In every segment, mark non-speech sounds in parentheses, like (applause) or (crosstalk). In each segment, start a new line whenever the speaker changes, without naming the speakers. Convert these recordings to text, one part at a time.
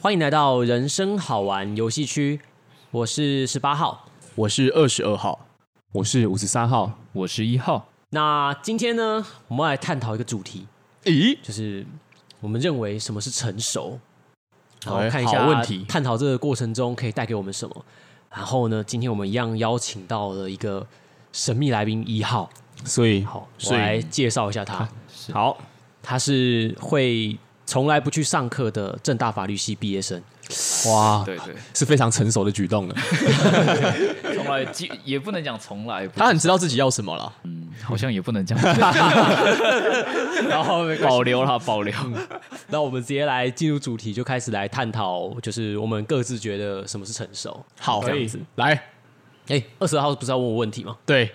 欢迎来到人生好玩游戏区，我是十八号。
我是二十二号，
我是五十三号，
我是一号，
那今天呢，我们要来探讨一个主题，
咦，
就是我们认为什么是成熟，然后
哎
看一下
好问题
探讨这个过程中可以带给我们什么。然后呢，今天我们一样邀请到了一个神秘来宾一号，
所以
好，我
所以
来介绍一下他。
好，
他是会从来不去上课的正大法律系毕业生，
哇，
对对，
是非常成熟的举动了。
(laughs) 从来几也不能讲从来，
(laughs) 他很知道自己要什么了。
好像也不 (laughs) 能讲
然后
保留啦，保留。
(laughs) 那我们直接来进入主题，就开始来探讨，就是我们各自觉得什么是成熟。
好，
这样子。
来，
哎，二十号不是要问我问题吗？
对，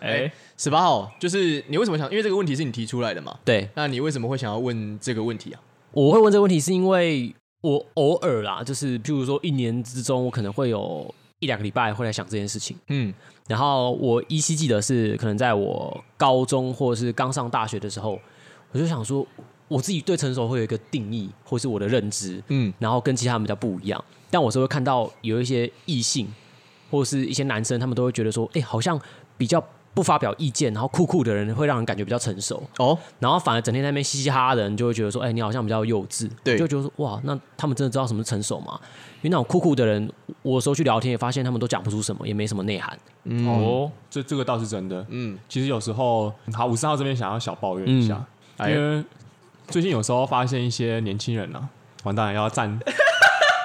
哎，
十八号，就是你为什么想？因为这个问题是你提出来的嘛？
对，
那你为什么会想要问这个问题啊？
我会问这个问题是因为我偶尔啦，就是譬如说一年之中，我可能会有一两个礼拜会来想这件事情。
嗯，
然后我依稀记得是可能在我高中或者是刚上大学的时候，我就想说，我自己对成熟会有一个定义，或是我的认知，
嗯
嗯，然后跟其他人比较不一样。但我是会看到有一些异性或是一些男生，他们都会觉得说，哎、好像比较不发表意见，然后酷酷的人会让人感觉比较成熟，
哦，
然后反而整天在那边嘻嘻哈哈的人就会觉得说，哎、你好像比较幼稚，
对
我就觉得说，哇，那他们真的知道什么是成熟吗？因为那种酷酷的人，我有时候去聊天也发现他们都讲不出什么，也没什么内涵。
嗯
哦，这这个倒是真的。
嗯，
其实有时候，好，五十号这边想要小抱怨一下，
哎
因为最近有时候发现一些年轻人啊，完蛋了，
(laughs)
要站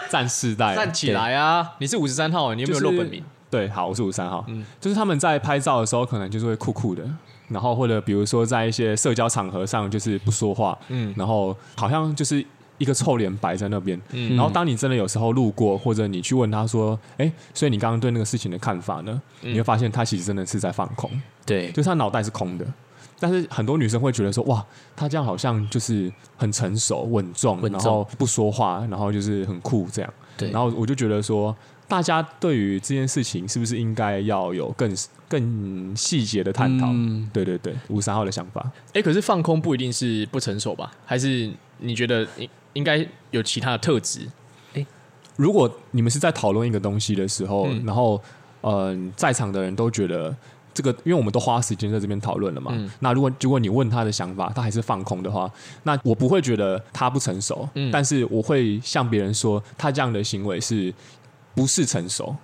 站世代了，
站起来啊！你是五十三号，你有没有
就是
露本名？嗯
对，好，我是五三号。就是他们在拍照的时候，可能就是会酷酷的，然后或者比如说在一些社交场合上，就是不说话，
嗯
然后好像就是一个臭脸摆在那边。
嗯
然后当你真的有时候路过，或者你去问他说：“哎，所以你刚刚对那个事情的看法呢？”你会发现他其实真的是在放空，
对，
就是他脑袋是空的。但是很多女生会觉得说：“哇，他这样好像就是很成熟、稳重，
稳重
然后不说话，然后就是很酷这样。”
对
然后我就觉得说，大家对于这件事情是不是应该要有更更细节的探讨？
嗯
对对对，五三号的想法，
哎，可是放空不一定是不成熟吧？还是你觉得应应该有其他的特质？
如果你们是在讨论一个东西的时候，
嗯
然后嗯、呃在场的人都觉得。这个，因为我们都花时间在这边讨论了嘛。
嗯
那如果如果你问他的想法，他还是放空的话，那我不会觉得他不成熟，
嗯
但是我会向别人说他这样的行为是不是成熟？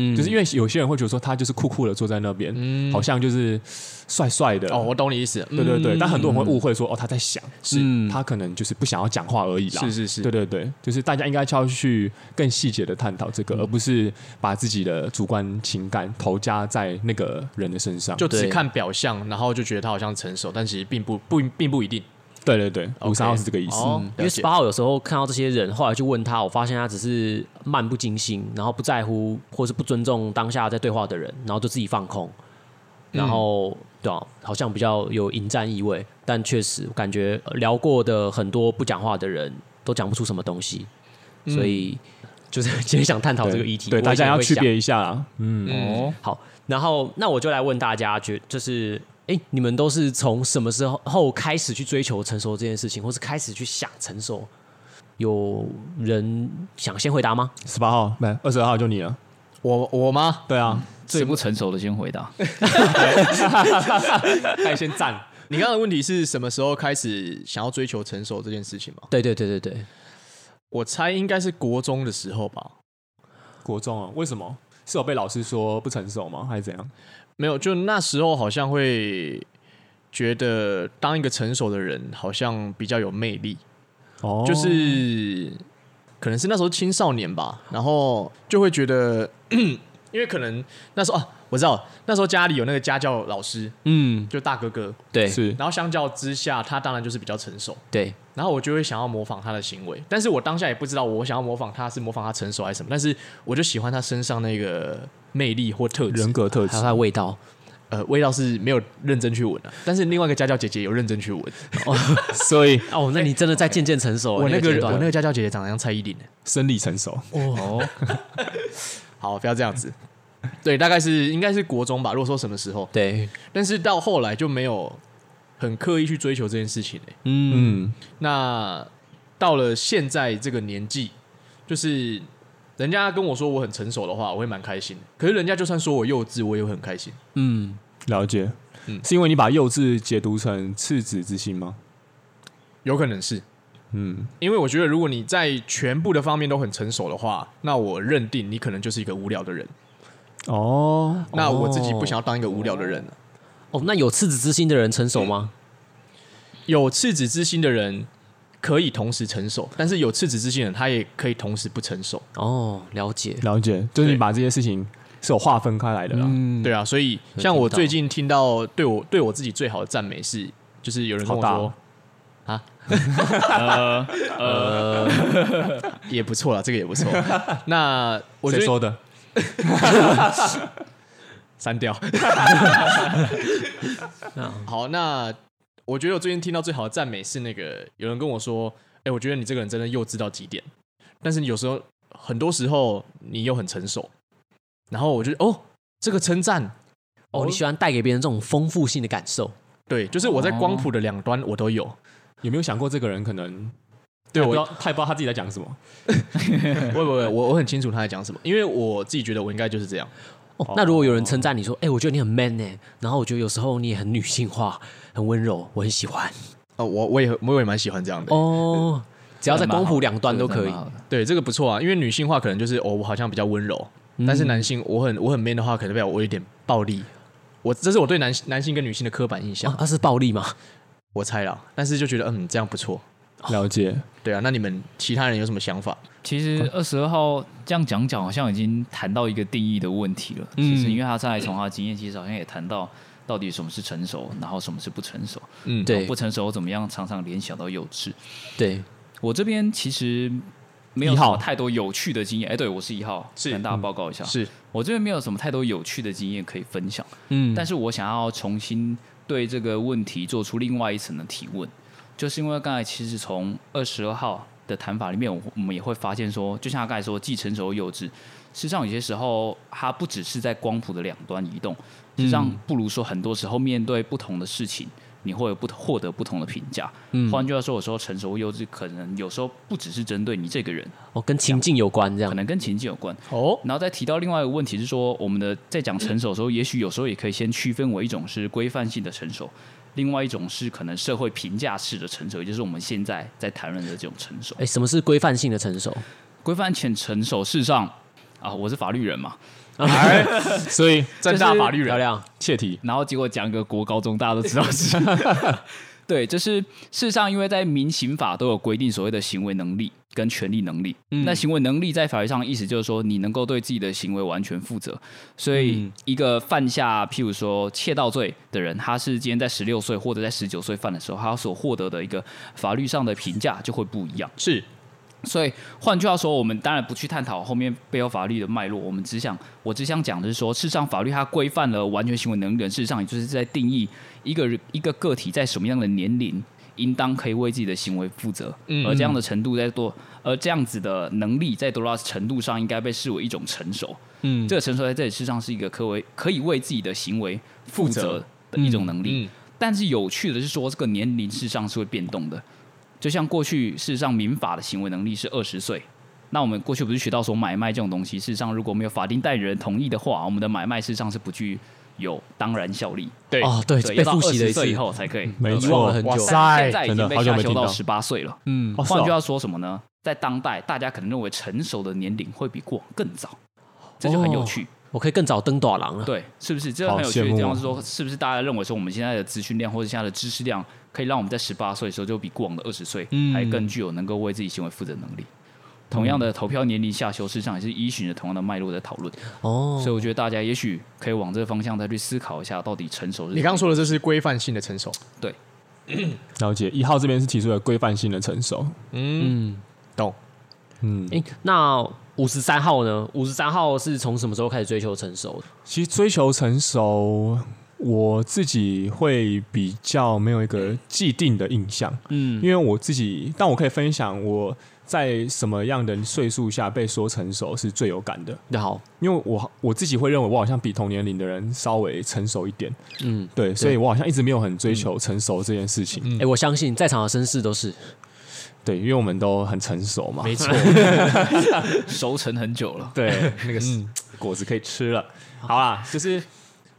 嗯
就是因为有些人会觉得说他就是酷酷的坐在那边，
嗯
好像就是帅帅的
哦，我懂你意思。
对对对，
嗯
但很多人会误会说，哦，他在想，
嗯
他可能就是不想要讲话而已啦。
是是是
对对对，就是大家应该要去更细节的探讨这个，而不是把自己的主观情感投加在那个人的身上。
就只
对
看表象，然后就觉得他好像成熟，但其实并不不并不一定。
对对对，
OK
五三号是这个意思。
哦
嗯因
了
为
解
十八号有时候看到这些人，后来去问他，我发现他只是漫不经心，然后不在乎或是不尊重当下在对话的人，然后就自己放空，
嗯
然后、对啊，好像比较有迎战意味，但确实我感觉呃聊过的很多不讲话的人都讲不出什么东西，所以就是 (laughs) 今天想探讨
对
哦这个议题，
嗯对
我以
大
前
家要
会
区
想
别一下啦。嗯，
哦，
好，然后那我就来问大家，觉就是，哎，你们都是从什么时候后开始去追求成熟这件事情，或是开始去想成熟？有人想先回答吗？
十八号不，二十二号就你了。
我我吗？
对啊，
最不成熟的先回答。
他先站。
你刚刚的问题是什么时候开始想要追求成熟这件事情吗？
对对对对对，
我猜应该是国中的时候吧。
国中啊，为什么？是有被老师说不成熟吗？还是怎样？
没有，就那时候好像会觉得当一个成熟的人好像比较有魅力，
哦
就是
哦
可能是那时候青少年吧，然后就会觉得， (clears throat) 因为可能那时候啊，我知道那时候家里有那个家教老师，
嗯，
就大哥哥，
对
是
然后相较之下，他当然就是比较成熟，
对，
然后我就会想要模仿他的行为，但是我当下也不知道我想要模仿他是模仿他成熟还是什么，但是我就喜欢他身上那个魅力或特质
人，格特质
还有。它的味道，
呃，味道是没有认真去闻的、但是另外一个家教姐姐有认真去闻，
所以
哦，那你真的 (laughs) 在渐渐成熟欸、
(laughs) 我那个
阶
我
段
那个家教姐姐长得像蔡依林欸的，
生理成熟，
哦，
好，不要这样子。 (laughs) 对，大概是应该是国中吧，如果说什么时候，
对，
但是到后来就没有很刻意去追求这件事情、欸、
嗯，
嗯，
那到了现在这个年纪，就是人家跟我说我很成熟的话，我会蛮开心的。可是人家就算说我幼稚，我也会很开心。
嗯，
了解，
嗯
是因为你把幼稚解读成赤子之心吗？
有可能是
嗯，
因为我觉得，如果你在全部的方面都很成熟的话，那我认定你可能就是一个无聊的人。
哦，
那我自己不想要当一个无聊的人了。啊
哦，那有赤子之心的人成熟吗？
有赤子之心的人可以同时成熟，但是有赤子之心的人，他也可以同时不成熟。
哦，了解。
了解，就是你
对
把这些事情是有划分开来的啦。
嗯，
对啊，所以
有
像我
听到
最近听到对我对我自己最好的赞美是，就是有人跟我
好大
说啊
哦
呃，
(laughs) 也不错啦，这个也不错。那我觉
谁
得
说的？
删
(laughs)
掉。
嗯
好，那我觉得我最近听到最好的赞美是那个有人跟我说，哎、我觉得你这个人真的幼稚到极点，但是你有时候很多时候你又很成熟，然后我就哦，这个称赞
哦，你喜欢带给别人这种丰富性的感受。
对，就是我在光谱的两端我都有。
有没有想过这个人可能
对
哦他也不
我
知道，他也不知道他自己在讲什么？
(laughs) 不不不，我我很清楚他在讲什么，因为我自己觉得我应该就是这样。
哦，那如果有人称赞你说：“哎、我觉得你很 man 呢、然后我觉得有时候你也很女性化，很温柔，我很喜欢。
哦，我我也我也蛮喜欢这样”的。
哦，只要在光谱两端都可以。
对，这个不错啊，因为女性化可能就是哦，我好像比较温柔，
嗯
但是男性我很我很 man 的话，可能代表我有点暴力。我这是我对男男性跟女性的刻板印象，
啊，那是暴力吗？
我猜啦。但是就觉得嗯，这样不错。
了解，
对啊，那你们其他人有什么想法？
其实二十二号这样讲讲，好像已经谈到一个定义的问题了。其实，因为他在从他的经验，其实好像也谈到到底什么是成熟，然后什么是不成熟。
嗯，
对
不成熟怎么样，常常联想到幼稚。
对，
我这边其实没有
一
什
号
么太多有趣的经验。哎，对我是一号，
是嗯
跟大家报告一下，
是
我这边没有什么太多有趣的经验可以分享。
嗯，
但是我想要重新对这个问题做出另外一层的提问，就是因为刚才其实从二十二号的谈法里面，我我们也会发现说，就像他刚才说，既成熟又幼稚，事实上有些时候它不只是在光谱的两端移动，
嗯
事实上不如说很多时候面对不同的事情。你会有不获得不同的评价，
嗯
换句话说，有时候成熟幼稚可能有时候不只是针对你这个人，
哦，跟情境有关这
可
样。
能跟情境有关。
哦，
然后再提到另外一个问题是说，我们的在讲成熟的时候，也许有时候也可以先区分为一种是规范性的成熟，另外一种是可能社会评价式的成熟，也就是我们现在在谈论的这种成熟。
哎、什么是规范性的成熟？
规范性成熟，事实上啊，我是法律人嘛，
所以
正大法律
漂
人，
亮，
切题，
然后结果讲一个国高中，大家都知道是。 (laughs) 对，就是事实上，因为在民刑法都有规定所谓的行为能力跟权利能力。那行为能力在法律上意思就是说，你能够对自己的行为完全负责。所以，一个犯下譬如说窃盗罪的人，他是今天在十六岁或者在十九岁犯的时候，他所获得的一个法律上的评价就会不一样。
是
所以换句话说，我们当然不去探讨后面背后法律的脉络，我们只想，我只想讲的是说，事实上法律它规范了完全行为能力人，事实上也就是在定义一个人一个个体在什么样的年龄。应当可以为自己的行为负责，
嗯
而这样的程度在多，而这样子的能力在多大程度上应该被视为一种成熟。
嗯
这个成熟在这里事实上是一个可为可以为自己的行为负责的一种能力。
嗯
但是有趣的是说，这个年龄事实上是会变动的。就像过去事实上民法的行为能力是二十岁，那我们过去不是学到说买卖这种东西，事实上如果没有法定代理人同意的话，我们的买卖事实上是不具有当然效力。
对
哦，对，
对，
被
要到
复
二
习了
十
一次
岁以，后才可以。
没
遗忘
错
了，很
哇
久。
塞
但现在已
真的
经被
好久
下
没
修
听
到
到
十八岁了。
嗯，
哦是
换句
哦
话说什么呢？在当代，大家可能认为成熟的年龄会比过往更早，这就很有
哦
趣。
我可以更早登短
(laughs)
廊了。
对，是不是？这个
好
很有趣的
羡
地
慕
方
哦
是说，是不是大家认为说我们现在的资讯量或者现在的知识量，可以让我们在十八岁的时候就比过往的二十岁
嗯
还更具有能够为自己行为负责能力？同样的投票年龄下修，事实上也是依循着同样的脉络在讨论，
哦，
所以我觉得大家也许可以往这个方向再去思考一下，到底成熟是
你刚刚说的这是规范性的成熟，
了解。一号这边是提出了规范性的成熟，
嗯，
懂？
嗯，
哎、那五十三号呢？五十三号是从什么时候开始追求成熟的？
其实追求成熟，我自己会比较没有一个既定的印象，
嗯，
因为我自己，但我可以分享我在什么样的岁数下被说成熟是最有感的。
那好，
因为我我自己会认为我好像比同年龄的人稍微成熟一点，
嗯嗯
嗯，对，所以我好像一直没有很追求成熟这件事情，
哎、我相信在场的绅士都是
对，因为我们都很成熟嘛，
没错，
熟成很久了。
对， (laughs) 那个是果子可以吃了。好啦，就是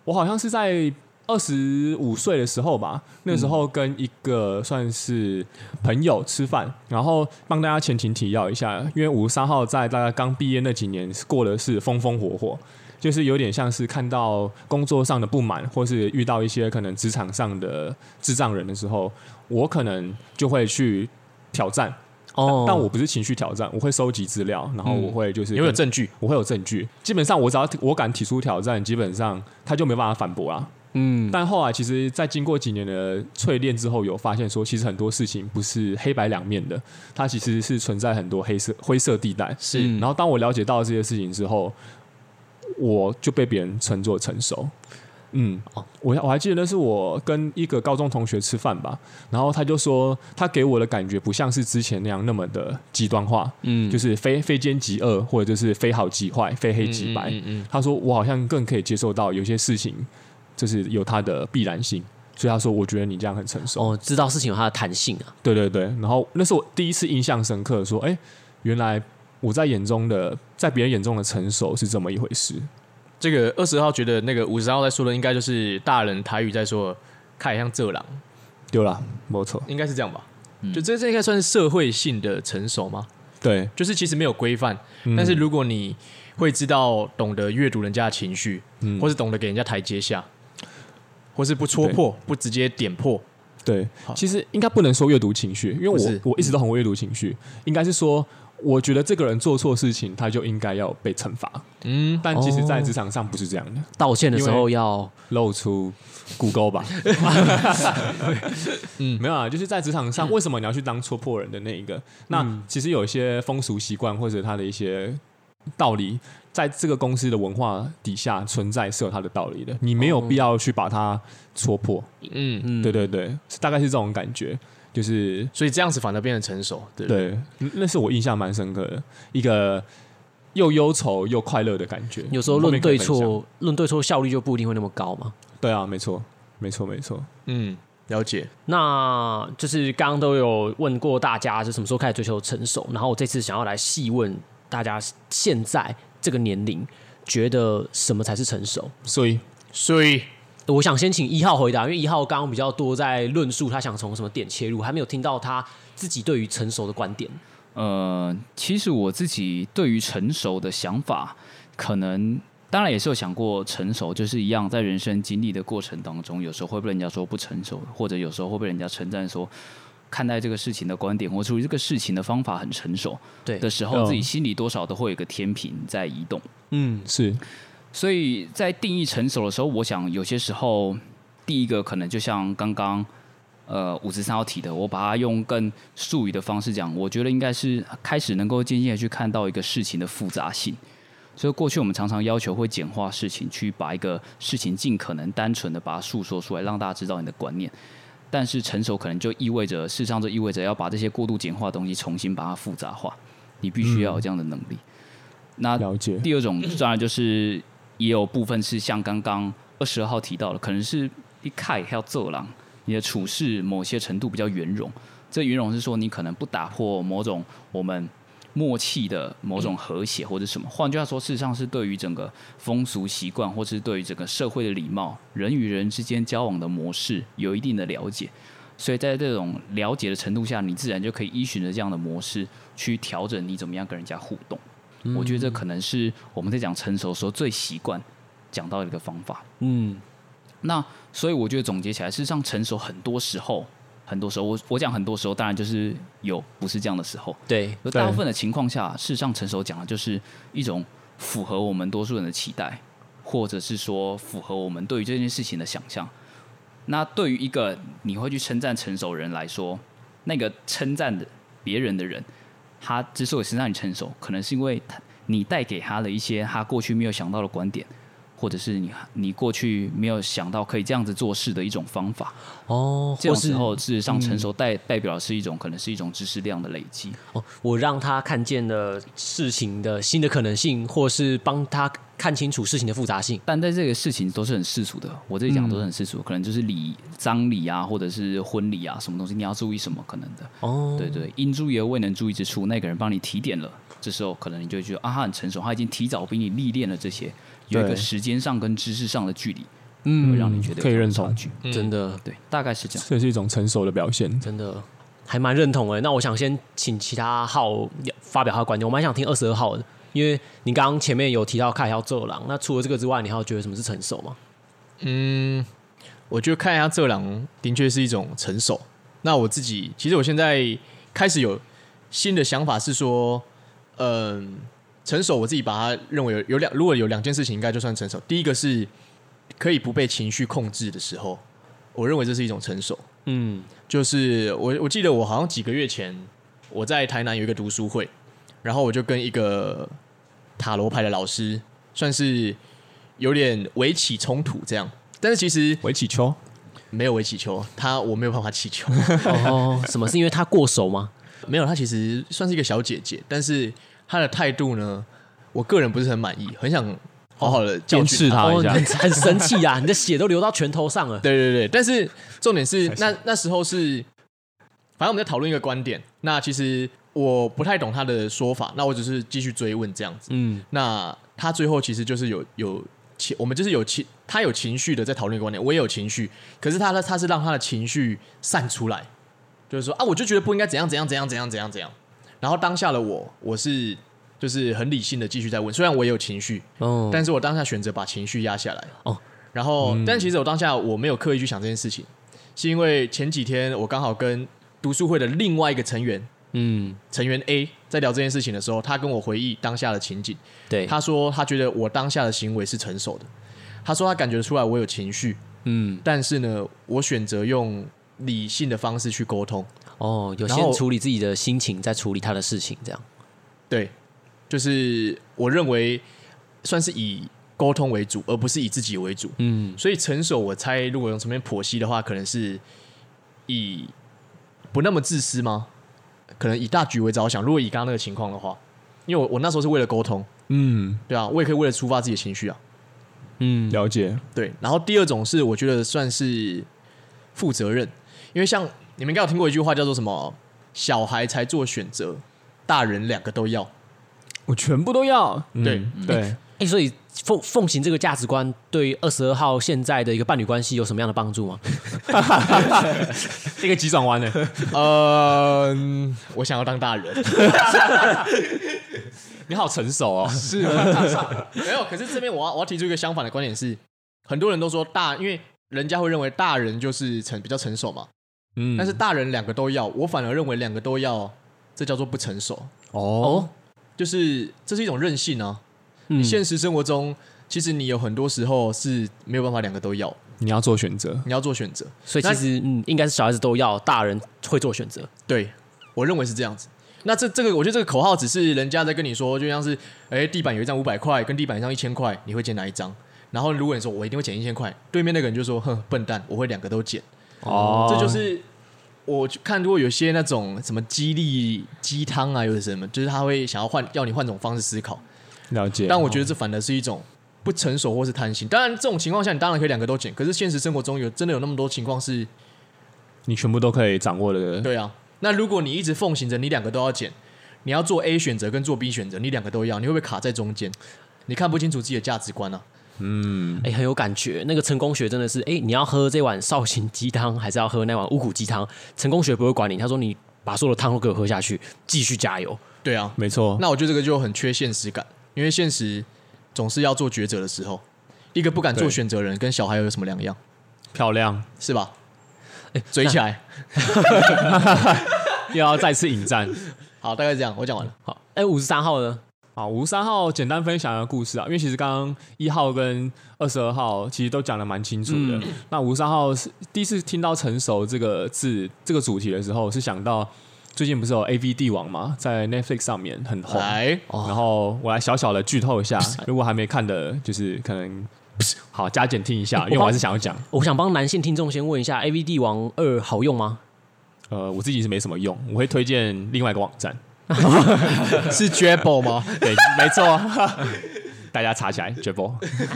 我好像是在二十五岁的时候吧，那时候跟一个算是朋友吃饭，然后帮大家前情提要一下，因为五十三号在大概刚毕业那几年是过的是风风火火。就是有点像是看到工作上的不满，或是遇到一些可能职场上的智障人的时候，我可能就会去挑战，
(laughs) 哦，
(laughs) 但我不是情绪挑战，我会收集资料，然后我会就是
因为有证据，
我会有证据。基本上我只要我敢提出挑战，基本上他就没办法反驳啦。
嗯，
但后来其实，在经过几年的淬炼之后，有发现说，其实很多事情不是黑白两面的，它其实是存在很多黑色灰色地带。
是
嗯
然后当我了解到这些事情之后，我就被别人称作成熟。嗯，我我还记得那是我跟一个高中同学吃饭吧，然后他就说，他给我的感觉不像是之前那样那么的极端化，嗯，就是非非奸即恶，或者就是非好即坏，非黑即白。
嗯嗯
他说我好像更可以接受到有些事情就是有它的必然性，所以他说我觉得你这样很成熟。
哦，知道事情有它的弹性啊，
对对对，然后那是我第一次印象深刻，说哎，诶原来我在眼中的，在别人眼中的成熟是这么一回事。
这个二十号觉得那个五十号在说的应该就是大人台语在说“看像这狼
对啦，没错”，，
应该是这样吧？
嗯
就这这应该算是社会性的成熟吗？
对，
就是其实没有规范，
嗯
但是如果你会知道懂得阅读人家的情绪，
嗯
或是懂得给人家台阶下，或是不戳破、不直接点破，
对，其实应该不能说阅读情绪，因为
不是
我我一直都很会阅读情绪，应该是说。我觉得这个人做错事情，他就应该要被惩罚。
嗯，
但其实，在职场上不是这样的，
道歉的时
因
候要
露出骨
(laughs)
沟吧。嗯，没有啊，就是在职场上，为什么你要去当戳破人的那一
嗯
个？那其实有一些风俗习惯或者他的一些道理，在这个公司的文化底下存在是有它的道
哦
理的，你没有必要去把它戳破。
嗯，
嗯，
对对对，大概是这种感觉，就是
所以这样子反而变得成熟，对不对？
对，那是我印象蛮深刻的一个。又忧愁又快乐的感觉，
有时候
后
论
面可
对
以分享，
错，论对错效率就不一定会那么高嘛。
对啊，没错，没错，没错。
嗯，了解，
那就是刚刚都有问过大家，就什么时候开始追求成熟？然后我这次想要来细问大家，现在这个年龄觉得什么才是成熟？
所以
所以
我想先请一号回答，因为一号刚刚比较多在论述他想从什么点切入，还没有听到他自己对于成熟的观点。
呃，其实我自己对于成熟的想法，可能当然也是有想过成熟，就是一样在人生经历的过程当中，有时候会被人家说不成熟，或者有时候会被人家称赞说看待这个事情的观点或处理这个事情的方法很成熟
对，
的时候，自己心里多少都会有一个天平在移动。
嗯，
是
所以在定义成熟的时候，我想有些时候，第一个可能就像刚刚呃五十三号提的，我把它用更术语的方式讲，我觉得应该是开始能够渐渐的去看到一个事情的复杂性。所以过去我们常常要求会简化事情，去把一个事情尽可能单纯的把它诉说出来，让大家知道你的观念。但是成熟可能就意味着，事实上就意味着要把这些过度简化的东西重新把它复杂化，你必须要有这样的能力。那
嗯了解，
第二种当然就是也有部分是像刚刚二十二号提到的，可能是一开要做狼，你的处事某些程度比较圆融。这圆融是说你可能不打破某种我们默契的某种和谐或者什么。换句话说，事实上是对于整个风俗习惯，或是对于整个社会的礼貌、人与人之间交往的模式有一定的了解。所以在这种了解的程度下，你自然就可以依循着这样的模式去调整你怎么样跟人家互动。我觉得这可能是我们在讲成熟的时候最习惯讲到的一个方法。
嗯，
那所以我觉得总结起来，事实上成熟很多时候，很多时候我我讲很多时候，当然就是有不是这样的时候。
对，
有
对
大部分的情况下，事实上成熟讲的就是一种符合我们多数人的期待，或者是说符合我们对于这件事情的想象。那对于一个你会去称赞成熟人来说，那个称赞的别人的人，他之所以是让你成熟，可能是因为他你带给他的一些他过去没有想到的观点，或者是你你过去没有想到可以这样子做事的一种方法。
哦，
这种
或是
时候，事实上成熟代代表的是一种可能是一种知识量的累积。
哦，我让他看见了事情的新的可能性，或是帮他看清楚事情的复杂性。
但在这个事情都是很世俗的，我这里讲都是很世俗，可能就是礼、丧礼啊，或者是婚礼啊，什么东西你要注意什么可能的。
哦，
对对，应注意而未能注意之处，那个人帮你提点了，这时候可能你就会觉得啊，他很成熟，他已经提早比你历练了这些，有一
对
个时间上跟知识上的距离，
嗯
会让你觉得
可以
有
认
差
同
距。
真的
对， (laughs) 大概是这样。
这是一种成熟的表现。
真的还蛮认同哎。那我想先请其他号发表他的观点，我蛮想听二十二号的，因为你刚刚前面有提到凯要奏郎，那除了这个之外，你还有觉得什么是成熟吗？
嗯，我觉得看一下这狼，的确是一种成熟。那我自己，其实我现在开始有新的想法，是说，嗯，成熟，我自己把它认为有有两，如果有两件事情，应该就算成熟。第一个是可以不被情绪控制的时候，我认为这是一种成熟。
嗯，
就是我我记得我好像几个月前我在台南有一个读书会，然后我就跟一个塔罗牌的老师算是有点围棋冲突这样，但是其实
围起球，
没有围棋球，他我没有办法起球， (laughs)
哦， (laughs) 什么是因为他过熟吗？
没有，她其实算是一个小姐姐，但是她的态度呢，我个人不是很满意，很想好好的教
鞭
训
斥
她。
他一
哦，
下
你。很生气啊，你的血都流到拳头上
(laughs)
了。
对对对，但是重点是那那时候是，反正我们在讨论一个观点，那其实我不太懂他的说法，那我只是继续追问这样子。
嗯，
那他最后其实就是有有情，我们就是有情，他有情绪的在讨论一个观点，我也有情绪，可是他呢，他是让他的情绪散出来，就是说啊，我就觉得不应该怎样怎样怎样怎样怎样怎样。然后当下的我，我是就是很理性的继续在问，虽然我也有情绪，
哦，
但是我当下选择把情绪压下来。
哦
哦，然后，但其实我当下我没有刻意去想这件事情，是因为前几天我刚好跟读书会的另外一个成员
嗯，
成员 A 在聊这件事情的时候，他跟我回忆当下的情景。
对，
他说他觉得我当下的行为是成熟的，他说他感觉出来我有情绪，
嗯，
但是呢，我选择用理性的方式去沟通。
哦，有
然后
先处理自己的心情，再处理他的事情，这样。
对，就是我认为算是以沟通为主，而不是以自己为主。
嗯，
所以成熟，我猜如果用层面剖析的话，可能是以不那么自私吗？可能以大局为着想。如果以刚刚那个情况的话，因为我我那时候是为了沟通，
嗯，
对啊，我也可以为了抒发自己的情绪啊，
嗯，
了解。
对。然后第二种是我觉得算是负责任，因为像你们应该有听过一句话叫做什么“小孩才做选择，大人两个都要
我全部都要。
对
嗯对，
哎、所以奉奉行这个价值观，对二十二号现在的一个伴侣关系有什么样的帮助吗？
一个急转弯欸呢。”。
呃，我想要当大人，
你好成熟哦。
是 (laughs) 没有。可是这边我要我要提出一个相反的观点是，很多人都说大，因为人家会认为大人就是成比较成熟嘛，
(laughs) 嗯
但是大人两个都要，我反而认为两个都要，这叫做不成熟，
哦，
就是这是一种任性啊。
嗯，
现实生活中，其实你有很多时候是没有办法两个都要，
你要做选择。
你要做选择。
所以其实嗯，应该是小孩子都要，大人会做选择。
对我认为是这样子。那这这个，我觉得这个口号只是人家在跟你说，就像是，哎，地板有一张五百块，跟地板一张一千块，你会捡哪一张？然后如果你说我一定会捡一千块，对面那个人就说，哼，笨蛋，我会两个都捡。
哦
这就是我看，如果有些那种什么激励鸡汤啊，有的什么，就是他会想要换，要你换种方式思考。
了解。
但我觉得这反而是一种不成熟或是贪心。当然，这种情况下你当然可以两个都捡，可是现实生活中有真的有那么多情况是，
你全部都可以掌握的。
对啊。那如果你一直奉行着你两个都要捡，你要做 A 选择跟做 B 选择，你两个都要，你会不会卡在中间？你看不清楚自己的价值观啊！
哎、很有感觉。那个成功学真的是，哎、你要喝这碗绍兴鸡汤，还是要喝那碗五谷鸡汤？成功学不会管你，他说你把所有的汤都给我喝下去，继续加油。
对啊，
没错。
那我觉得这个就很缺现实感，因为现实总是要做抉择的时候，一个不敢做
对
选择的人跟小孩有什么两样？
漂亮，
是吧？哎嘴起来，
又要再次引战。
好，大概这样，我讲完了。
好，哎、五十三号呢？
好，五三号简单分享一个故事啊，因为其实刚刚一号跟二十二号其实都讲的蛮清楚
嗯
的。那五三号是第一次听到“成熟”这个字这个主题的时候，是想到最近不是有 A V 帝王嘛，在 Netflix 上面很红。
来，
然后我来小小的剧透
(laughs)
一下，如果还没看的，就是可能 (laughs) 好加减听一下，因为我还是想要讲。
我想帮男性听众先问一下，A V 帝王二好用吗？
呃，我自己是没什么用，我会
(laughs)
推荐另外一个网站。 (laughs)
是 Jabble 吗？
啊对，没错。大家查起来 j a b o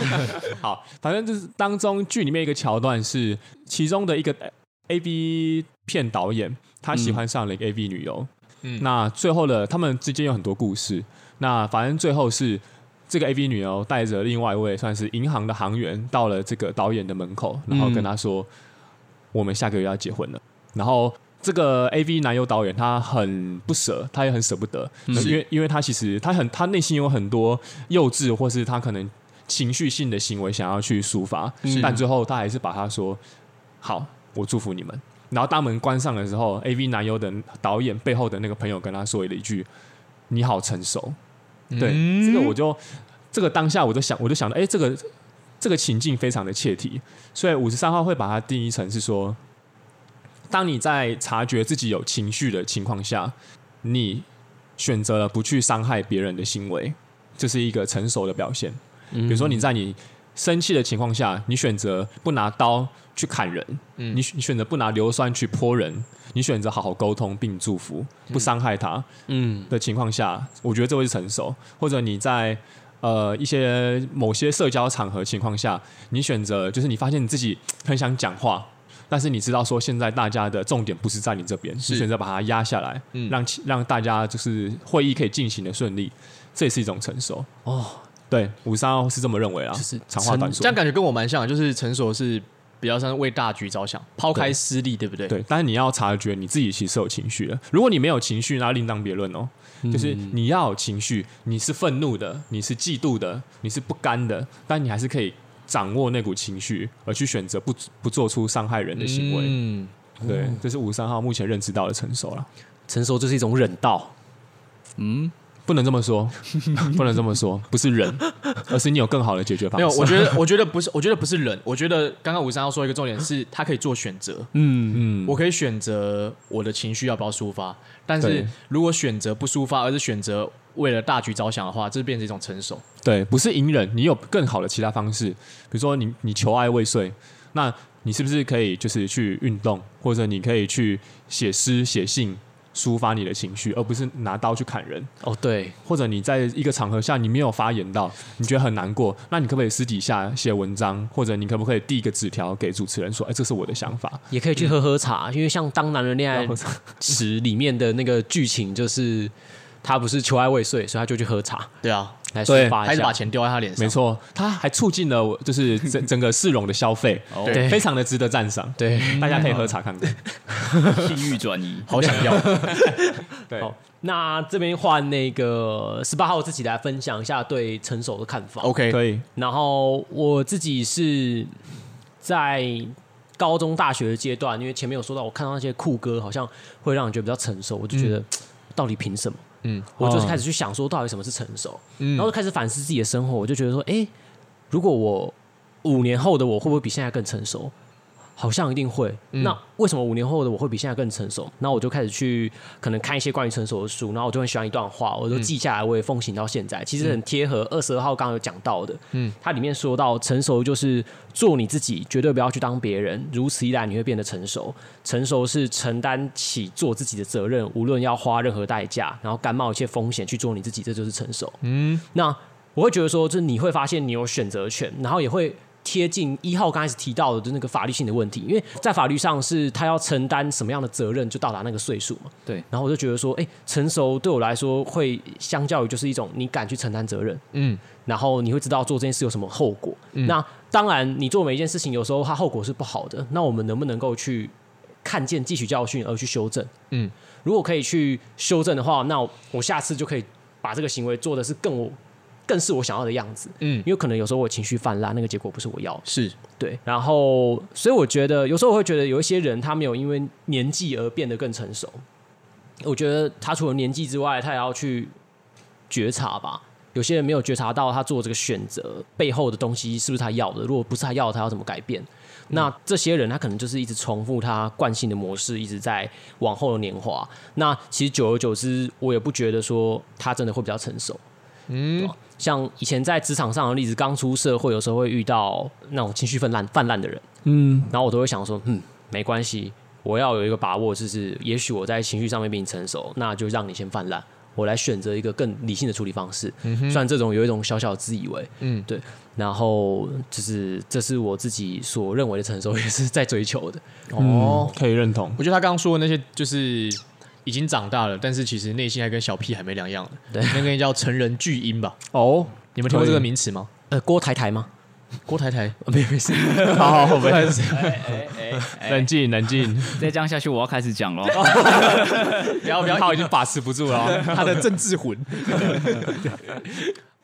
(laughs) 好，反正就是当中剧里面一个桥段是其中的一个呃 A B 片导演，他喜欢上了一个 A B 女优。
嗯
那最后的他们之间有很多故事。那反正最后是这个 A B 女优带着另外一位算是银行的行员到了这个导演的门口，然后跟他说：“我们下个月要结婚了。”然后这个 A V 男优导演他很不舍，他也很舍不得，因为因为他其实他很他内心有很多幼稚或是他可能情绪性的行为想要去抒发，但最后他还是把他说好，我祝福你们。然后大门关上的时候，A V 男优的导演背后的那个朋友跟他说了一句：“你好成熟。”对，这个我就这个当下我就想，我就想到，哎，这个这个情境非常的切题，所以五十三号会把它定义成是说，当你在察觉自己有情绪的情况下，你选择了不去伤害别人的行为，这是一个成熟的表现。比如说你在你生气的情况下，你选择不拿刀去砍人，你你选择不拿硫酸去泼人，你选择好好沟通并祝福，不伤害他，
嗯，
的情况下，我觉得这会是成熟。或者你在呃一些某些社交场合情况下，你选择就是你发现你自己很想讲话，但是你知道说现在大家的重点不是在你这边，你选择把它压下来，让其让大家就是会议可以进行的顺利，这也是一种成熟。
哦，
对，五三号是这么认为啦，啊
就是
长话短
这
说
样。感觉跟我蛮像的，就是成熟是比较像为大局着想，抛开
对
私利，对不对？
对，但是你要察觉你自己其实有情绪的。如果你没有情绪，那另当别论哦。
嗯
就是你要有情绪，你是愤怒的，你是嫉妒的，你是不甘的，但你还是可以掌握那股情绪，而去选择不不做出伤害人的行为。
嗯，
对，这是五三号目前认知到的成熟了，
成熟就是一种忍道，
不能这
(laughs)
么说，不能这么说，不是忍，而是你有更好的解决方
没
式。
有，我觉得，我觉得不是，我觉得不是人，我觉得刚刚五三要说一个重点是，他可以做选择，
嗯，
我可以选择我的情绪要不要抒发，但是
对
如果选择不抒发，而是选择为了大局着想的话，这变成一种成熟。
对，不是隐忍，你有更好的其他方式，比如说你你求爱未遂，那你是不是可以就是去运动，或者你可以去写诗、写信，抒发你的情绪，而不是拿刀去砍人？
哦，对，
或者你在一个场合下你没有发言到，你觉得很难过，那你可不可以私底下写文章，或者你可不可以递一个纸条给主持人说，哎，这是我的想法？
也可以去喝喝茶，因为像《当男人恋爱
然后
时》里面的那个剧情就是。他不是求爱未遂，所以他就去喝茶
对啊，
来
对
抒发
还
一
是把
下。
钱丢在他脸上。
没，错，它还促进了我就是整整个市容的消 (laughs) 费，
对
非常的值得赞赏。
对，
大家可以喝茶看看。
地域转
(laughs)
移。
好想要。
对
好，那这边换那个十八号自己来分享一下对成熟的看法。
(laughs)
OK，
可以，
然后我自己是在高中、大学的阶段，因为前面有说到，我看到那些酷哥好像会让人觉得比较成熟，我就觉得、到底凭什么？嗯，我就是开始去想说，到底什么是成熟，然后就开始反思自己的生活，我就觉得说，哎，如果我五年后的我会不会比现在更成熟？好像一定会。那为什么五年后的我会比现在更成熟？那我就开始去可能看一些关于成熟的书，然后我就很喜欢一段话，我都记下来，我也奉行到现在。其实很贴合二十二号刚刚有讲到的，嗯，它里面说到成熟就是做你自己，绝对不要去当别人，如此一来你会变得成熟。成熟是承担起做自己的责任，无论要花任何代价，然后甘冒一切风险去做你自己，这就是成熟。嗯，那我会觉得说，就是你会发现你有选择权，然后也会贴近一号刚开始提到的就那个法律性的问题，因为在法律上是他要承担什么样的责任，就到达那个岁数嘛。
对，
然后我就觉得说，哎、成熟对我来说会相较于就是一种你敢去承担责任，
嗯，
然后你会知道做这件事有什么后果。那当然，你做每一件事情有时候它后果是不好的，那我们能不能够去看见、汲取教训而去修正？
嗯，
如果可以去修正的话，那我下次就可以把这个行为做的是更我更是我想要的样子。
嗯
因为可能有时候我情绪泛滥，那个结果不是我要的。
是
对，然后所以我觉得有时候我会觉得有一些人他没有因为年纪而变得更成熟，我觉得他除了年纪之外，他也要去觉察吧。有些人没有觉察到他做这个选择背后的东西是不是他要的，如果不是他要的，他要怎么改变？那这些人他可能就是一直重复他惯性的模式，一直在往后的年华。那其实久而久之，我也不觉得说他真的会比较成熟。嗯，像以前在职场上的例子，刚出社会有时候会遇到那种情绪泛滥泛滥的人，
嗯，
然后我都会想说，嗯，没关系，我要有一个把握，就是也许我在情绪上面比你成熟，那就让你先泛滥，我来选择一个更理性的处理方式。
嗯
虽然这种有一种小小自以为，
嗯，
然后就是这是我自己所认为的成熟，也是在追求的。
嗯
哦，可以认同。
我觉得他刚刚说的那些就是已经长大了，但是其实内心还跟小屁孩没两样
对
那个叫成人巨婴吧？
哦，
你们听过这个
可以
名词吗？
呃，郭台台吗？
郭台台，
呃没有没事，
好好，
(laughs)
我们
哎哎哎，
冷静冷静。
再这样下去，我要开始讲喽。
不要不要，
他已经把持不住了哦。
(laughs) 他的政治魂。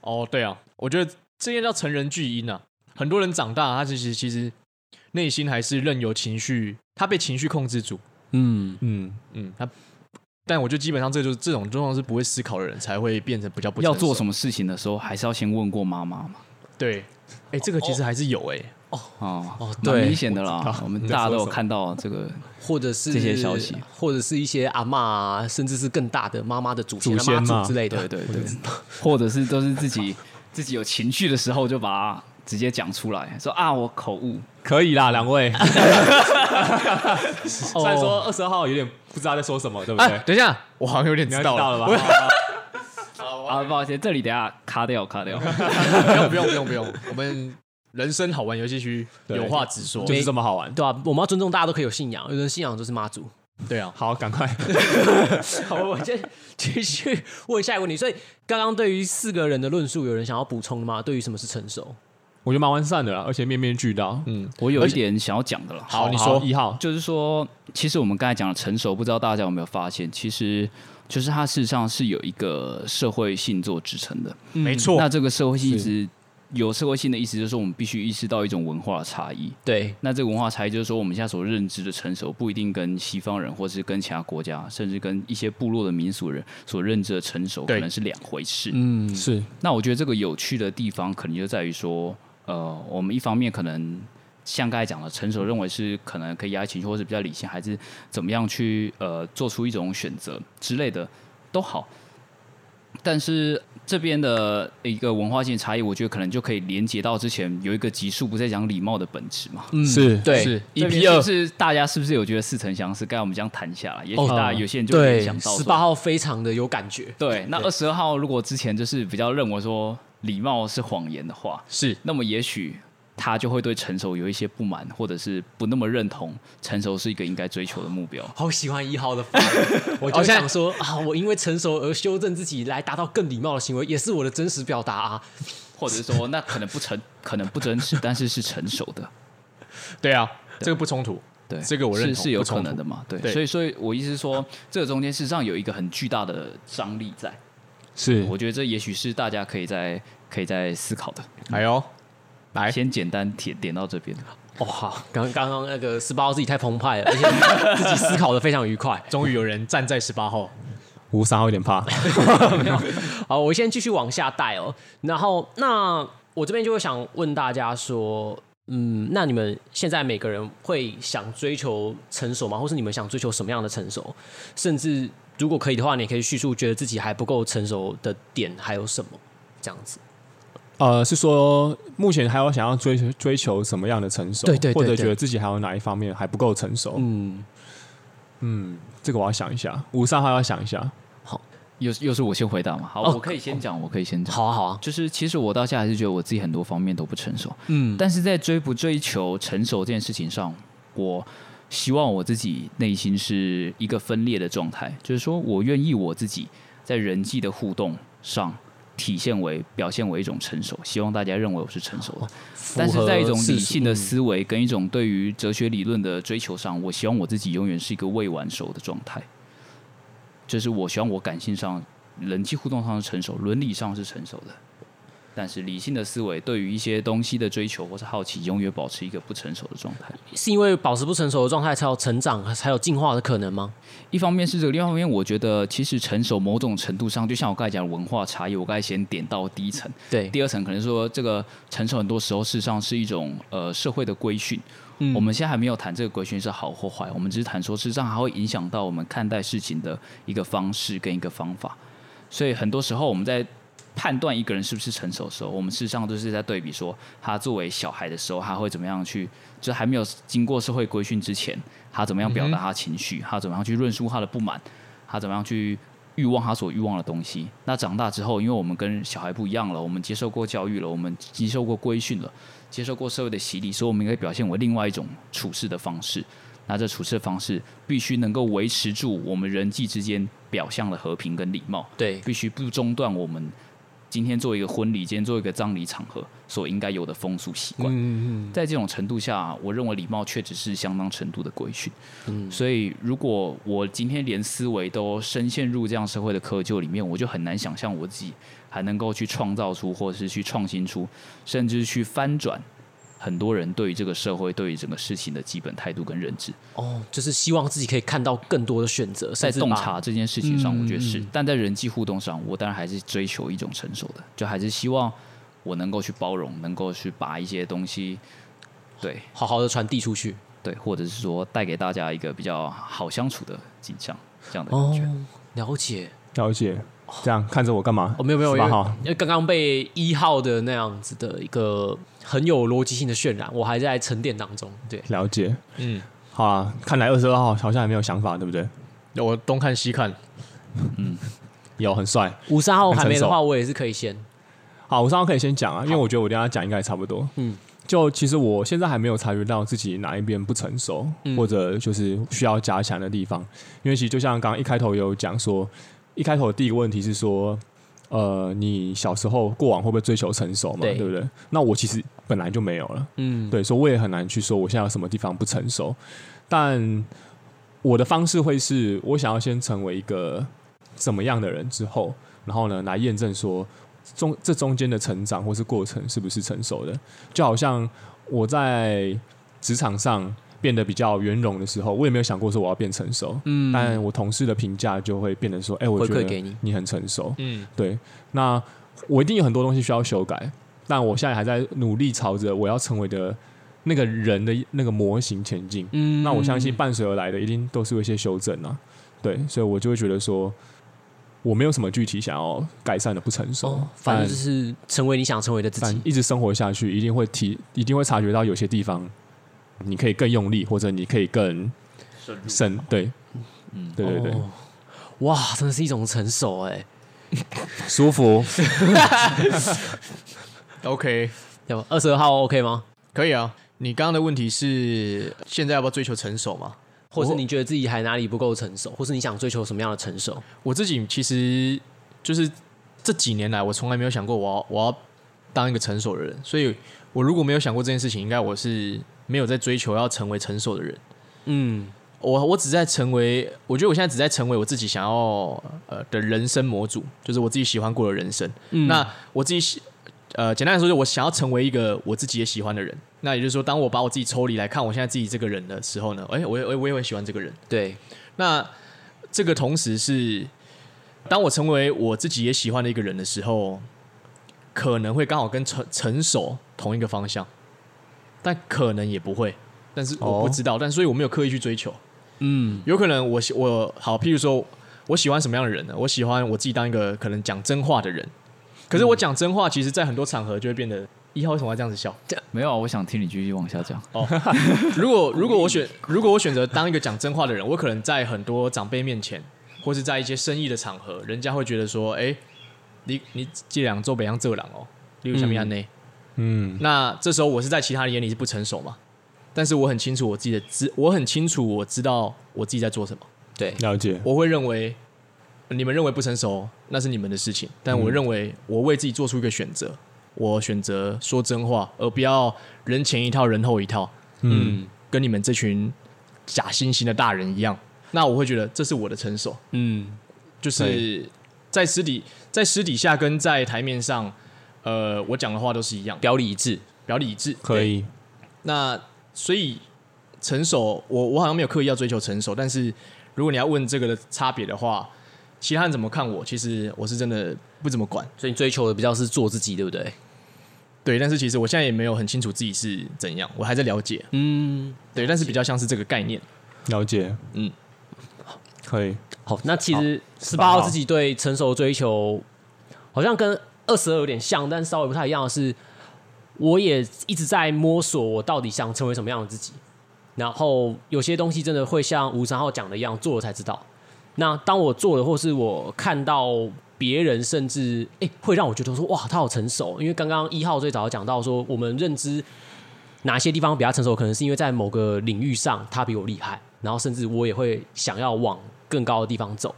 哦，对啊，我觉得这应该叫成人巨婴啊。很多人长大，他其实其实内心还是任由情绪，他被情绪控制住。
嗯，
嗯，
嗯，他，但我觉得基本上这就是这种状况是不会思考的人才会变成比较不
要做什
么。
么事情的时候，还是要先问过妈妈嘛。
对，哎、这个其实还是有哎、
哦，蛮
对
明显的啦，我们大家都有看到这个，
或者是
这些消息，
或者是一些阿嬷啊，甚至是更大的妈妈的祖先、
祖先
妈
嘛
祖之类的。
对对对，或者是都是自己 (laughs) 自己有情绪的时候就把它直接讲出来，说啊我口误，
可以 (laughs) 啦，两位。
哦
虽然说二十号有点不知道在说什么，对不
哎、
啊
对？
等一下，我好像有点
你
知
要知
道
道了吧？
我
啊不好意思，这里等一下卡掉卡
(laughs)
掉，
不用不用不用不用，我们人生好玩游戏区
对
有话
(laughs)
直说。
哦就是这么好玩。
对啊，我们要尊重大家都可以有信仰，有人信仰就是妈祖。
对啊，
好，赶快。 (laughs)
好，我先 (laughs) 继续问下一个问题。所以刚刚对于四个人的论述，有人想要补充的吗？对于什么是成熟？
我觉得蛮完善的啦，而且面面俱到。嗯，
我有一点想要讲的了。
好你说
一号。
就是说，其实我们刚才讲的成熟，不知道大家有没有发现，其实就是它事实上是有一个社会性做支撑的。
没错
那这个社会性一直有社会性的意思，就是说我们必须意识到一种文化的差异。
对，
那这个文化差异就是说，我们现在所认知的成熟，不一定跟西方人，或是跟其他国家，甚至跟一些部落的民俗人所认知的成熟，
对
可能是两回事。
嗯，
是
那我觉得这个有趣的地方，可能就在于说，呃，我们一方面可能像刚才讲的，成熟认为是可能可以压抑情绪，或是比较理性，还是怎么样去呃做出一种选择之类的都好。但是这边的一个文化性差异，我觉得可能就可以连接到之前有一个集数不是在讲礼貌的本质嘛。
嗯
是
对，
是
EP
EP
二
二哦
是大家是不是有觉得似曾相识？刚才我们这样谈下来，也许大家有些人就联
对
想，到
十
说
八号非常的有感觉。
对，那二十二号如果之前就是比较认为说礼貌是谎言的话，
是
那么也许他就会对成熟有一些不满，或者是不那么认同成熟是一个应该追求的目标。
好喜欢一号的发言，我
哦
就想说啊，我因为成熟而修正自己，来达到更礼貌的行为，也是我的真实表达啊。
或者说，那可能
(laughs)
不成，可能不真实，但是是成熟的，
对啊，这个不冲突。
对，
这个我认
是
同
是有
不冲
可能
突
的嘛，对，
对
所以所以我意思是说，这个中间事实上有一个很巨大的张力在，
是
我觉得这也许是大家可以在可以在思考的。
哎呦，来
先简单点点到这边，
哦，好，刚刚刚那个十八号自己太澎湃了，而且自己思考的非常愉快。 (laughs)
终于有人站在十八号。
吴三号有点怕。
好，我先继续往下带哦。然后，那我这边就会想问大家说，嗯，那你们现在每个人会想追求成熟吗？或是你们想追求什么样的成熟？甚至如果可以的话，你也可以叙述觉得自己还不够成熟的点还有什么？这样子，
呃，是说目前还有想要追求追求什么样的成熟？
对对对
或者
对
觉得自己还有哪一方面还不够成熟？嗯
嗯，
这个我要想一下。吴三号要想一下。
又又是我先回答嘛？好，
哦
我可以先讲，我可以先讲。
好啊，好啊，
就是其实我到现在还是觉得我自己很多方面都不成熟，嗯，但是在追不追求成熟这件事情上，我希望我自己内心是一个分裂的状态，就是说我愿意我自己在人际的互动上体现为表现为一种成熟，希望大家认为我是成熟的，但是在一种理性
嗯
的思维跟一种对于哲学理论的追求上，我希望我自己永远是一个未完熟的状态，就是我希望我感性上、人际互动上是成熟，伦理上是成熟的，但是理性的思维对于一些东西的追求或是好奇，永远保持一个不成熟的状态。
是因为保持不成熟的状态才有成长，才有进化的可能吗？
一方面是这个，另外一方面，我觉得其实成熟某种程度上，就像我刚才讲的文化差异，我刚才先点到第一层，
对，
第二层可能说这个成熟很多时候事实上是一种呃社会的规训。
嗯
我们现在还没有谈这个规训是好或坏，我们只是谈说事实上它会影响到我们看待事情的一个方式跟一个方法。所以很多时候我们在判断一个人是不是成熟的时候，我们事实上都是在对比说他作为小孩的时候，他会怎么样去，就是还没有经过社会规
嗯
训之前，他怎么样表达他情绪，他怎么样去论述他的不满，他怎么样去。欲望他所欲望的东西。那长大之后，因为我们跟小孩不一样了，我们接受过教育了，我们接受过规训了，接受过社会的洗礼，所以我们应该表现为另外一种处事的方式。那这处事的方式必须能够维持住我们人际之间表象的和平跟礼貌，
对，
必须不中断我们今天做一个婚礼，今天做一个葬礼场合所应该有的风俗习惯。
嗯嗯
在这种程度下，我认为礼貌确实是相当程度的规训。
嗯
所以如果我今天连思维都深陷入这样社会的窠臼里面，我就很难想象我自己还能够去创造出，或者是去创新出，甚至去翻转很多人对于这个社会、对于整个事情的基本态度跟认知。
哦，就是希望自己可以看到更多的选择，甚
在
至
洞
把
察这件事情上，
嗯
我觉得是，
嗯
但在人际互动上，我当然还是追求一种成熟的，就还是希望我能够去包容，能够去把一些东西，对
好好的传递出去。
对，或者是说带给大家一个比较好相处的景象，这样的感
哦
觉。，
了解。
了解。这样看着我干嘛？
哦，没有没有，因
吧？
为
哈，
因为刚刚被一号的那样子的一个很有逻辑性的渲染，我还在沉淀当中。对，
了解。
嗯，
好啊，看来二十二号好像还没有想法，对不对？
我东看西看，
有很帅。
五三号
很
还没
成
的
熟
话，我也是可以先。
好，我上号可以先讲啊，因为我觉得我等一下讲应该也差不多。
嗯
嗯，就其实我现在还没有察觉到自己哪一边不成熟，或者就是需要加强的地方。因为其实就像刚刚一开头有讲说，一开头的第一个问题是说，呃，你小时候过往会不会追求成熟嘛？
对
对不对？那我其实本来就没有了，
嗯，
对，所以我也很难去说我现在有什么地方不成熟。但我的方式会是我想要先成为一个怎么样的人之后，然后呢来验证说中这中间的成长或是过程是不是成熟的。就好像我在职场上变得比较圆融的时候，我也没有想过说我要变成熟，嗯，但我同事的评价就会变得说，哎、我
回
觉
馈给
得
你
你很成熟，
嗯，
对，那我一定有很多东西需要修改，但我现在还在努力朝着我要成为的那个人的那个模型前进。嗯，那我相信伴随而来的一定都是有一些修正啊。对，所以我就会觉得说，我没有什么具体想要改善的不成熟，
哦，反
但
正就是成为你想成为的自
但
己。
一直生活下去，一定会提，一定会察觉到有些地方你可以更用力，或者你可以更深。对，嗯，对对对，
哦哇，真的是一种成熟哎、
舒服。
OK，
要不二十二号 OK 吗？
可以啊。你刚刚的问题是现在要不要追求成熟嘛？
或是你觉得自己还哪里不够成熟，或是你想追求什么样的成熟？
我自己其实就是这几年来，我从来没有想过我要我要当一个成熟的人，所以我如果没有想过这件事情，应该我是没有在追求要成为成熟的人。
嗯，
我我只在成为，我觉得我现在只在成为我自己想要呃的人生模组，就是我自己喜欢过的人生。
嗯
那我自己喜呃，简单来说，就是我想要成为一个我自己也喜欢的人。那也就是说，当我把我自己抽离来看我现在自己这个人的时候呢，哎、我也我也很喜欢这个人。
对，
那这个同时是，当我成为我自己也喜欢的一个人的时候，可能会刚好跟成成熟同一个方向，但可能也不会。但是我不
哦
知道，但所以我没有刻意去追求。
嗯，
有可能我喜我好，譬如说，我喜欢什么样的人呢？我喜欢我自己当一个可能讲真话的人。可是我讲真话，其实在很多场合就会变得一号为什么要这样子笑？
没有啊，我想听你继续往下讲。
如果如果我选如果我选择当一个讲真话的人，我可能在很多长辈面前，或是在一些生意的场合，人家会觉得说，哎、你你这两做北洋这狼哦，例如像米安内。
嗯，
那这时候我是在其他人眼里是不成熟嘛，但是我很清楚我自己的知，我很清楚我知道我自己在做什么。
对，
了解。
我会认为你们认为不成熟，那是你们的事情。但
嗯
我认为我为自己做出一个选择，我选择说真话，而不要人前一套人后一套。嗯，跟你们这群假惺惺的大人一样，那我会觉得这是我的成熟。
嗯，
就是在私底在私底下跟在台面上，呃，我讲的话都是一样，
表里一致。
表里一致。
可以，
那所以成熟，我我好像没有刻意要追求成熟，但是如果你要问这个的差别的话，其他人怎么看我，其实我是真的不怎么管。
所以你追求的比较是做自己，对不对？
对，但是其实我现在也没有很清楚自己是怎样，我还在了解。
嗯，
对，但是比较像是这个概念。
了解。
嗯，
可以。
好，那其实十
18
八号
号
自己对成熟的追求，好像跟二十二有点像，但稍微不太一样的是，我也一直在摸索我到底想成为什么样的自己。然后有些东西真的会像吴三号讲的一样，做了才知道。那当我做的，或是我看到别人，甚至诶、会让我觉得说哇，他好成熟。因为刚刚一号最早讲到说，我们认知哪些地方比他成熟，可能是因为在某个领域上他比我厉害，然后甚至我也会想要往更高的地方走。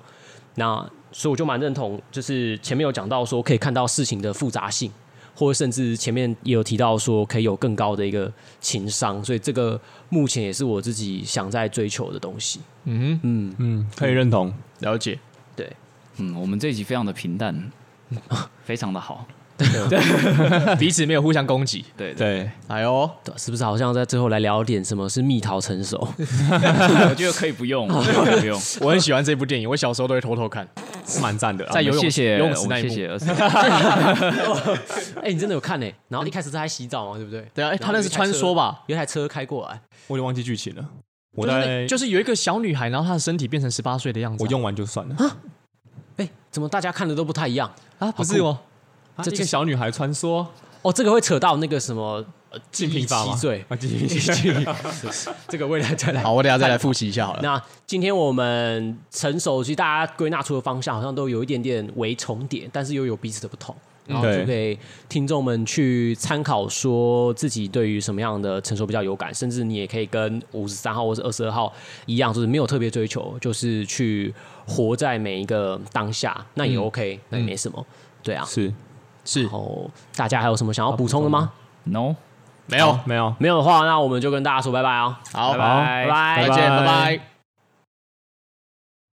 那所以我就蛮认同，就是前面有讲到说可以看到事情的复杂性，或者甚至前面也有提到说可以有更高的一个情商，所以这个目前也是我自己想在追求的东西。
嗯哼，
嗯，
嗯，可以认同。
了解。
对，
嗯，我们这一集非常的平淡，非常的好。 (laughs)
彼此没有互相攻击。
对对，
对，
哎呦，
对是不是好像在最后来聊点什么是蜜桃成熟？ (laughs)
我觉得可以不用，我觉得可以不用。
我很喜欢这部电影，我小时候都会偷偷看。
是蛮赞的。
(laughs)
啊
在游泳
谢谢，
游泳池
我
那
们
一
谢
幕
谢二十。
哎、你真的有看呢、然后一开始是在洗澡嘛，对不对？
对啊，哎，
然后
他那是穿梭吧？
有一台车开过来，
我就忘记剧情了。我
就是
在
那就是有一个小女孩，然后她的身体变成十八岁的样子啊。
我用完就算了。
哎、怎么大家看的都不太一样？
啊，不
好
是
酷
哦，
这
这
啊个小女孩穿梭
哦，这个会扯到那个什么呃
竞品法
记
吗
忆？罪
啊，竞品
这个未来再来
好，我等一下再来复习一下好了。
那今天我们成熟，其实大家归纳出的方向好像都有一点点为重叠，但是又有彼此的不同，然后就
对
给听众们去参考，说自己对于什么样的成熟比较有感，甚至你也可以跟五十三号或是二十二号一样，就是没有特别追求，就是去活在每一个当下，那也 OK，、那也没什么，对啊。
是
(laughs) 是
然后大家还有什么想要补充的吗？
No，
没有？
没有。
没有的话，那我们就跟大家说拜拜哦，
好，
拜
拜
拜
拜
再见，拜拜。